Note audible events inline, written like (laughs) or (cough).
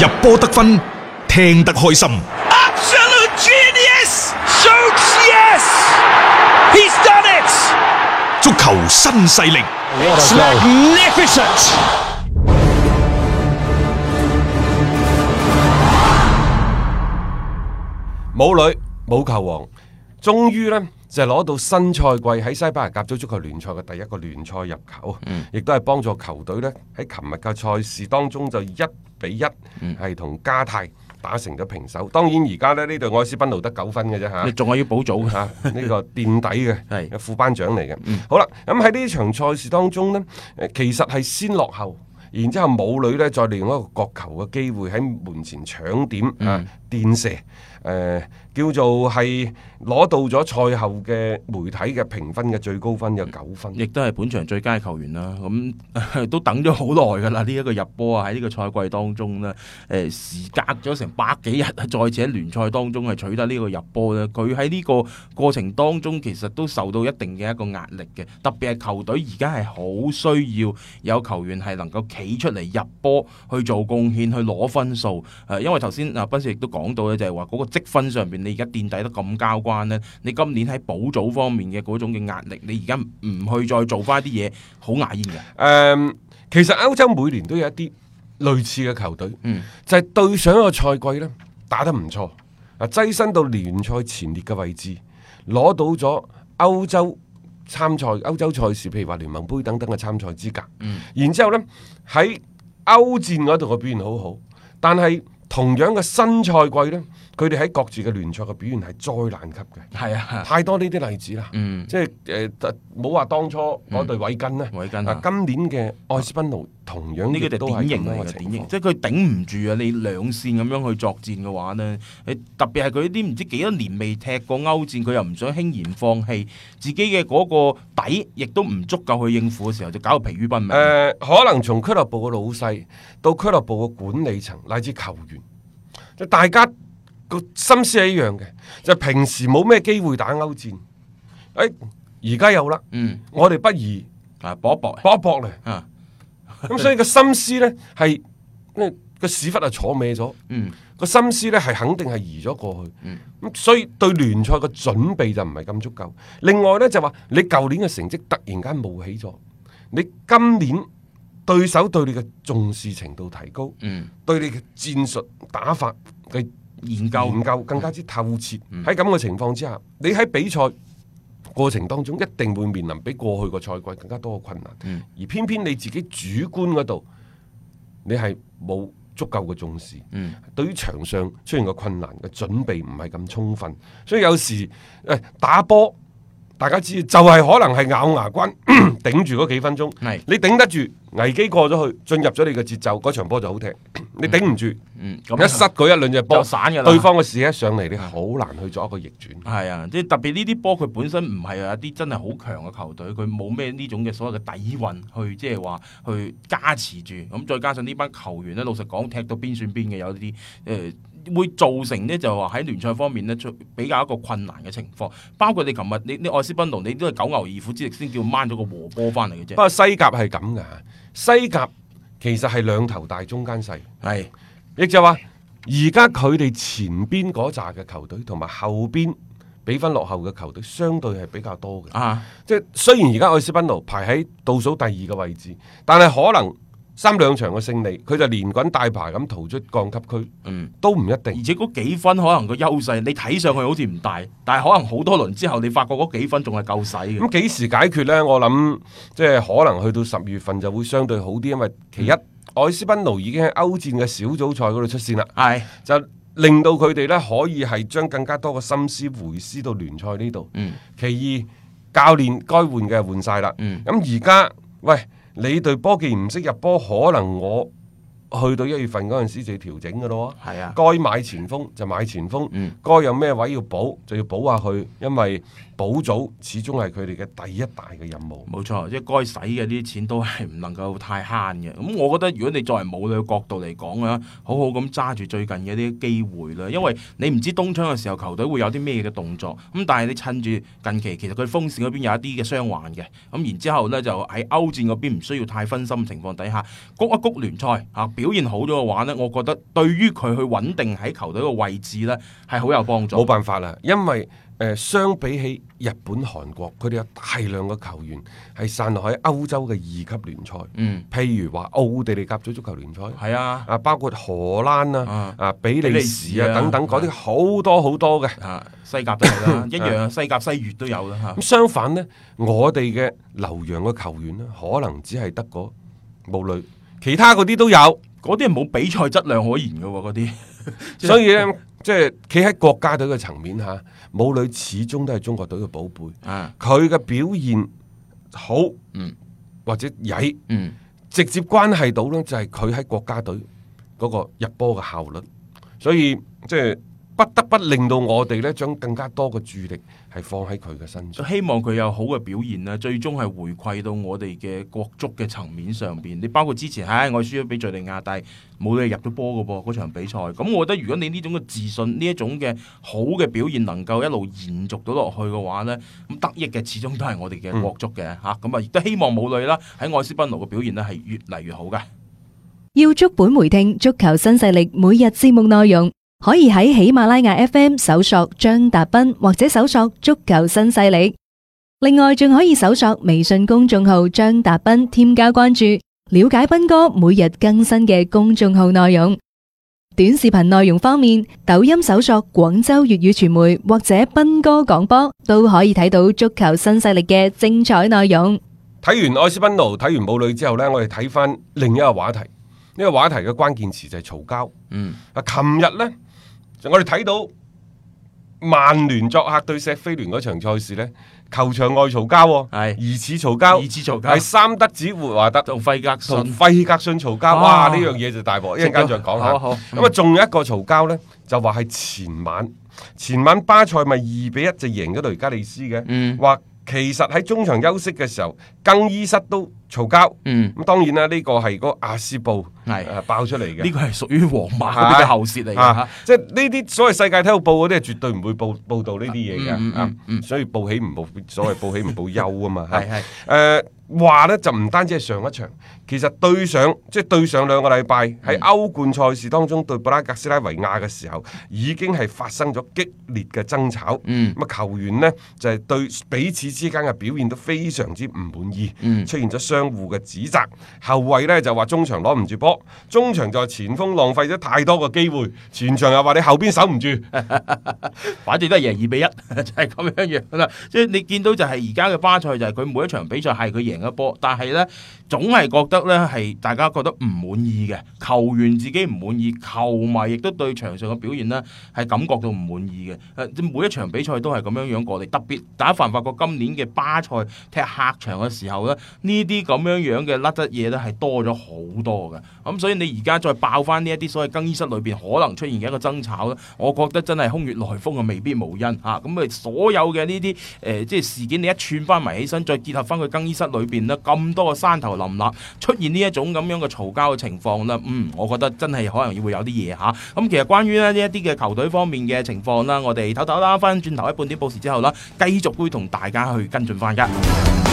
入波得分，聽得開心。 Absolute genius! Shoots yes! He's done it! 足球新勢力， It's magnificent! 冇女冇球王，終於呢就攞到新賽季喺西班牙甲組足球聯賽嘅第一個聯賽入球，啊亦都係幫助球隊呢喺琴日嘅賽事當中就一比一係同加泰打成咗平手。當然而家呢，呢隊愛斯賓奴得九分嘅啫嚇。你仲係要補組 (laughs) 啊！呢個墊底嘅係嗯副班長嚟嘅。好啦，咁喺呢場賽事當中呢，誒其實係先落後，然之後母女呢，再利用一個角球嘅機會喺門前搶點嗯啊，電射誒、呃叫做係攞到咗賽後嘅媒體嘅評分嘅最高分有九分。亦都係本場最佳球員啦。咁、 (laughs) 都等咗好耐㗎啦，呢、一個入波啊，喺呢個賽季當中呢，誒、時隔咗成百幾日，再次喺聯賽當中係取得呢個入波咧。佢喺呢個過程當中，其實都受到一定嘅一個壓力嘅，特別係球隊而家係好需要有球員係能夠企出嚟入波去做貢獻，去攞分數。誒、因為頭先啊，斌少亦都講到咧，就係話嗰個積分上邊，你而家墊底得咁交關呢，你今年喺補組方面嘅嗰種嘅壓力，你而家唔去再做翻啲嘢，好牙煙嘅。誒、其實歐洲每年都有一啲類似嘅球隊，嗯就係對上一個賽季呢，打得唔錯，啊躋身到聯賽前列嘅位置，攞到咗歐洲參賽、歐洲賽事，譬如話聯盟杯等等嘅參賽資格。嗯然之後呢，喺歐戰嗰度嘅表現好好，但係同樣嘅新賽季呢，佢哋喺各自嘅聯賽嘅表現係災難級嘅，係啊，太多呢啲例子啦。嗯，即係誒，呃冇話當初嗰隊韋根咧，韋根啊啊，今年嘅愛斯賓奴同樣呢亦個都就係典咁型樣嚟嘅嘅情典型，況。即係佢頂唔住啊！你兩線咁樣去作戰嘅話呢，你特別係佢啲唔知幾多年未踢過歐戰，佢又唔想輕言放棄，自己嘅嗰個底亦都唔足夠去應付嘅時候，就搞到疲於奔命。誒、呃可能從俱樂部嘅老細到俱樂部嘅管理層乃至球員，即係大家個心思係一樣嘅，就係平時冇咩機會打歐戰，誒而家有啦，嗯，我哋不如啊，搏一搏搏一搏咧。啊，咁所以個心思呢，係，呢個屎忽啊坐歪咗。嗯，個心思呢係肯定係移咗過去，咁、所以對聯賽嘅準備就唔係咁足夠。另外呢，就話你舊年嘅成績突然間冒起咗，你今年對手對你嘅重視程度提高，嗯，對你嘅戰術打法嘅研究研究更加之透徹。喺咁嘅情況之下，你喺比賽過程當中一定會面臨比過去個賽季更加多嘅困難，嗯而偏偏你自己主觀嗰度，你係冇足夠嘅重視。嗯對於場上出現嘅困難嘅準備唔係咁充分，所以有時誒、呃打波，大家知就係、可能係咬牙 (clears throat) 關頂住嗰幾分鐘，係你頂得住危機過咗去，進入咗你嘅節奏，嗰場波就好踢。你頂唔住，嗯，咁一失佢一兩隻波就散㗎啦對方嘅士一上嚟，你好難去做一個逆轉。係啊，即係特別呢啲波，佢本身唔係一啲真係好強嘅球隊，佢冇咩呢種嘅所謂嘅底蘊去即係話去加持住，咁再加上呢班球員咧，老實講踢到邊算邊嘅有啲誒。呃會造成呢，就話喺聯賽方面呢，出比較一個困難嘅情況，包括你琴日你你愛斯賓奴你都係九牛二虎之力先叫掹咗個和波翻嚟嘅啫不，過西甲係咁㗎，西甲其實係兩頭大中間細。係亦就話，而家佢哋前邊嗰扎嘅球隊同埋後邊比分落後嘅球隊，相對係比較多嘅。啊即係雖然而家愛斯賓奴排喺倒數第二個位置，但係可能三兩場嘅勝利，佢就連滾帶爬咁逃出降級區，嗯。都唔一而定。且嗰幾分可能個優勢，你睇上去好似唔大，但係可能好多輪之後，你發覺嗰幾分仲係夠使嘅。咁幾時解決呢？我諗即係可能去到十月份就會相對好啲，因為其一，愛斯賓奴已經喺歐戰嘅小組賽嗰度出線啦。係，就令到佢哋咧可以係將更加多嘅心思回思到聯賽呢度。嗯其二，E 教練該換嘅換晒啦。嗯咁而家喂，你隊波既然唔識入波，可能我去到一月份嗰陣時就要調整嘅咯喎。係啊。該買前鋒就買前鋒，嗯該有咩位要補就要補下佢，因為補組始終係佢哋嘅第一大嘅任務。冇錯，即係該使嘅呢啲錢都係唔能夠太慳嘅。咁我覺得，如果你作為母女嘅角度嚟講啊，好好咁揸住最近嘅啲機會啦，因為你唔知冬窗嘅時候球隊會有啲咩嘅動作。咁但係你趁住近期，其實佢風扇嗰邊有一啲嘅傷患嘅。咁然之後呢，就喺歐戰嗰邊唔需要太分心嘅情況底下，谷一谷聯賽啊，表現好咗嘅話呢，我覺得對於佢去穩定喺球隊嘅位置呢，係好有幫助。冇辦法啦，因為誒、呃相比起日本、韓國，佢哋有大量嘅球員係散落喺歐洲嘅二級聯賽，嗯，譬如話奧地利甲組足球聯賽，係啊，啊，包括荷蘭啊、啊比比利利時時啊啊等等，嗰啲好多好多嘅。啊西甲都有啦，一樣西甲西乙都有啦嚇咁。相反呢，我哋嘅留洋嘅球員呢，可能只係得嗰無類，其他嗰啲都有。嗰啲係冇比賽質量可言嘅喎，嗰啲。即係所以呢，即係企喺國家隊嘅層面下，武磊始終都係中國隊嘅寶貝。啊，佢嘅表現好，嗯或者曳，嗯，直接關係到呢，就係佢喺國家隊嗰個入波嘅效率。所以即係不得不令到我哋呢，將更加多嘅注意力係放喺佢嘅身上。希望佢有好嘅表現啦，最終係回饋到我哋嘅國足嘅層面上邊。你包括之前，唉、我輸咗俾敍利亞，但係冇理由入咗波嘅噃嗰場比賽。咁我覺得如果你呢種嘅自信，呢一種嘅好嘅表現能夠一路延續到落去嘅話呢，咁得益嘅始終都係我哋嗯嘅國足嘅嚇。咁啊，亦都希望武磊啦喺愛斯賓奴嘅表現呢係越嚟越好嘅。要足本回聽足球新勢力每日節目內容，可以喺喜馬拉雅 FM 搜索張達斌或者搜索足球新勢力。另外，仲可以搜索微信公眾號張達斌，添加關注，了解斌哥每日更新嘅公眾號內容。短視頻內容方面，抖音搜索廣州粵語傳媒或者斌哥廣播，都可以睇到足球新勢力嘅精彩內容。睇完愛斯賓奴，睇完母女之後呢，我哋睇翻另一個話題。呢、個話題嘅關鍵詞就係嘈交。嗯，啊，琴日呢，就我哋睇到曼聯作客對錫菲聯嗰場賽事呢，球場外嘈交喎，係疑似嘈交，二次嘈交係三德子活華德就費格同遜費格遜嘈交。哇！哇呢樣嘢就大鑊，一陣間再講下。啊好啊好啊咁啊，仲有一個嘈交呢，就話係前晚，前晚巴塞咪二比一就贏咗雷加利斯嘅。嗯話其實喺中場休息嘅時候，更衣室都嘈交。嗯咁當然啦，呢、個係嗰個阿斯布係呃爆出嚟嘅。呢個係屬於皇馬嗰啲嘅後舌嚟嘅嚇啊，即係呢啲所謂世界體育報嗰啲係絕對唔會報報導呢啲嘢嗯嗯嘅，啊嗯嗯所以報喜唔報所謂報喜唔報憂啊嘛，係係誒話呃呢就唔單止係上一場，其實對上即係對上兩個禮拜嗯喺歐冠賽事當中對布拉格斯拉維亞嘅時候，已經係發生咗激烈嘅爭吵。嗯咁啊球員呢就係、對彼此之間嘅表現都非常之唔滿意，嗯出現咗相互嘅指責。後衞呢就話中場攞唔住波，中場就話前鋒浪費咗太多個機會，前場又話你後邊守唔住。反正都係贏二比一， (laughs) 就係咁樣樣啦。即係你見到就係而家嘅巴塞就係佢每一場比賽係佢贏一波，但係呢總係覺得呢係大家覺得唔滿意嘅，球員自己唔滿意，球迷亦都對場上嘅表現呢係感覺到唔滿意嘅。誒，每一場比賽都係咁樣樣過嚟，特別大家發唔發覺今年嘅巴塞踢客場嘅時候呢，呢啲咁樣樣嘅甩得嘢呢係多咗好多嘅。咁所以你而家再爆翻呢一啲所謂更衣室裏邊可能出現嘅一個爭吵咧，我覺得真係空穴來風啊，未必無因嚇。咁啊，所有嘅呢啲誒即係事件，你一串翻埋起身，再結合翻佢更衣室裏邊咧咁多個山頭林立，出現呢一種咁樣嘅嘈交嘅情況啦，嗯，我覺得真係可能要會有啲嘢嚇。咁其實關於咧呢一啲嘅球隊方面嘅情況啦，我哋唞唞啦，翻轉頭喺半點報時之後啦，繼續會同大家去跟進翻㗎。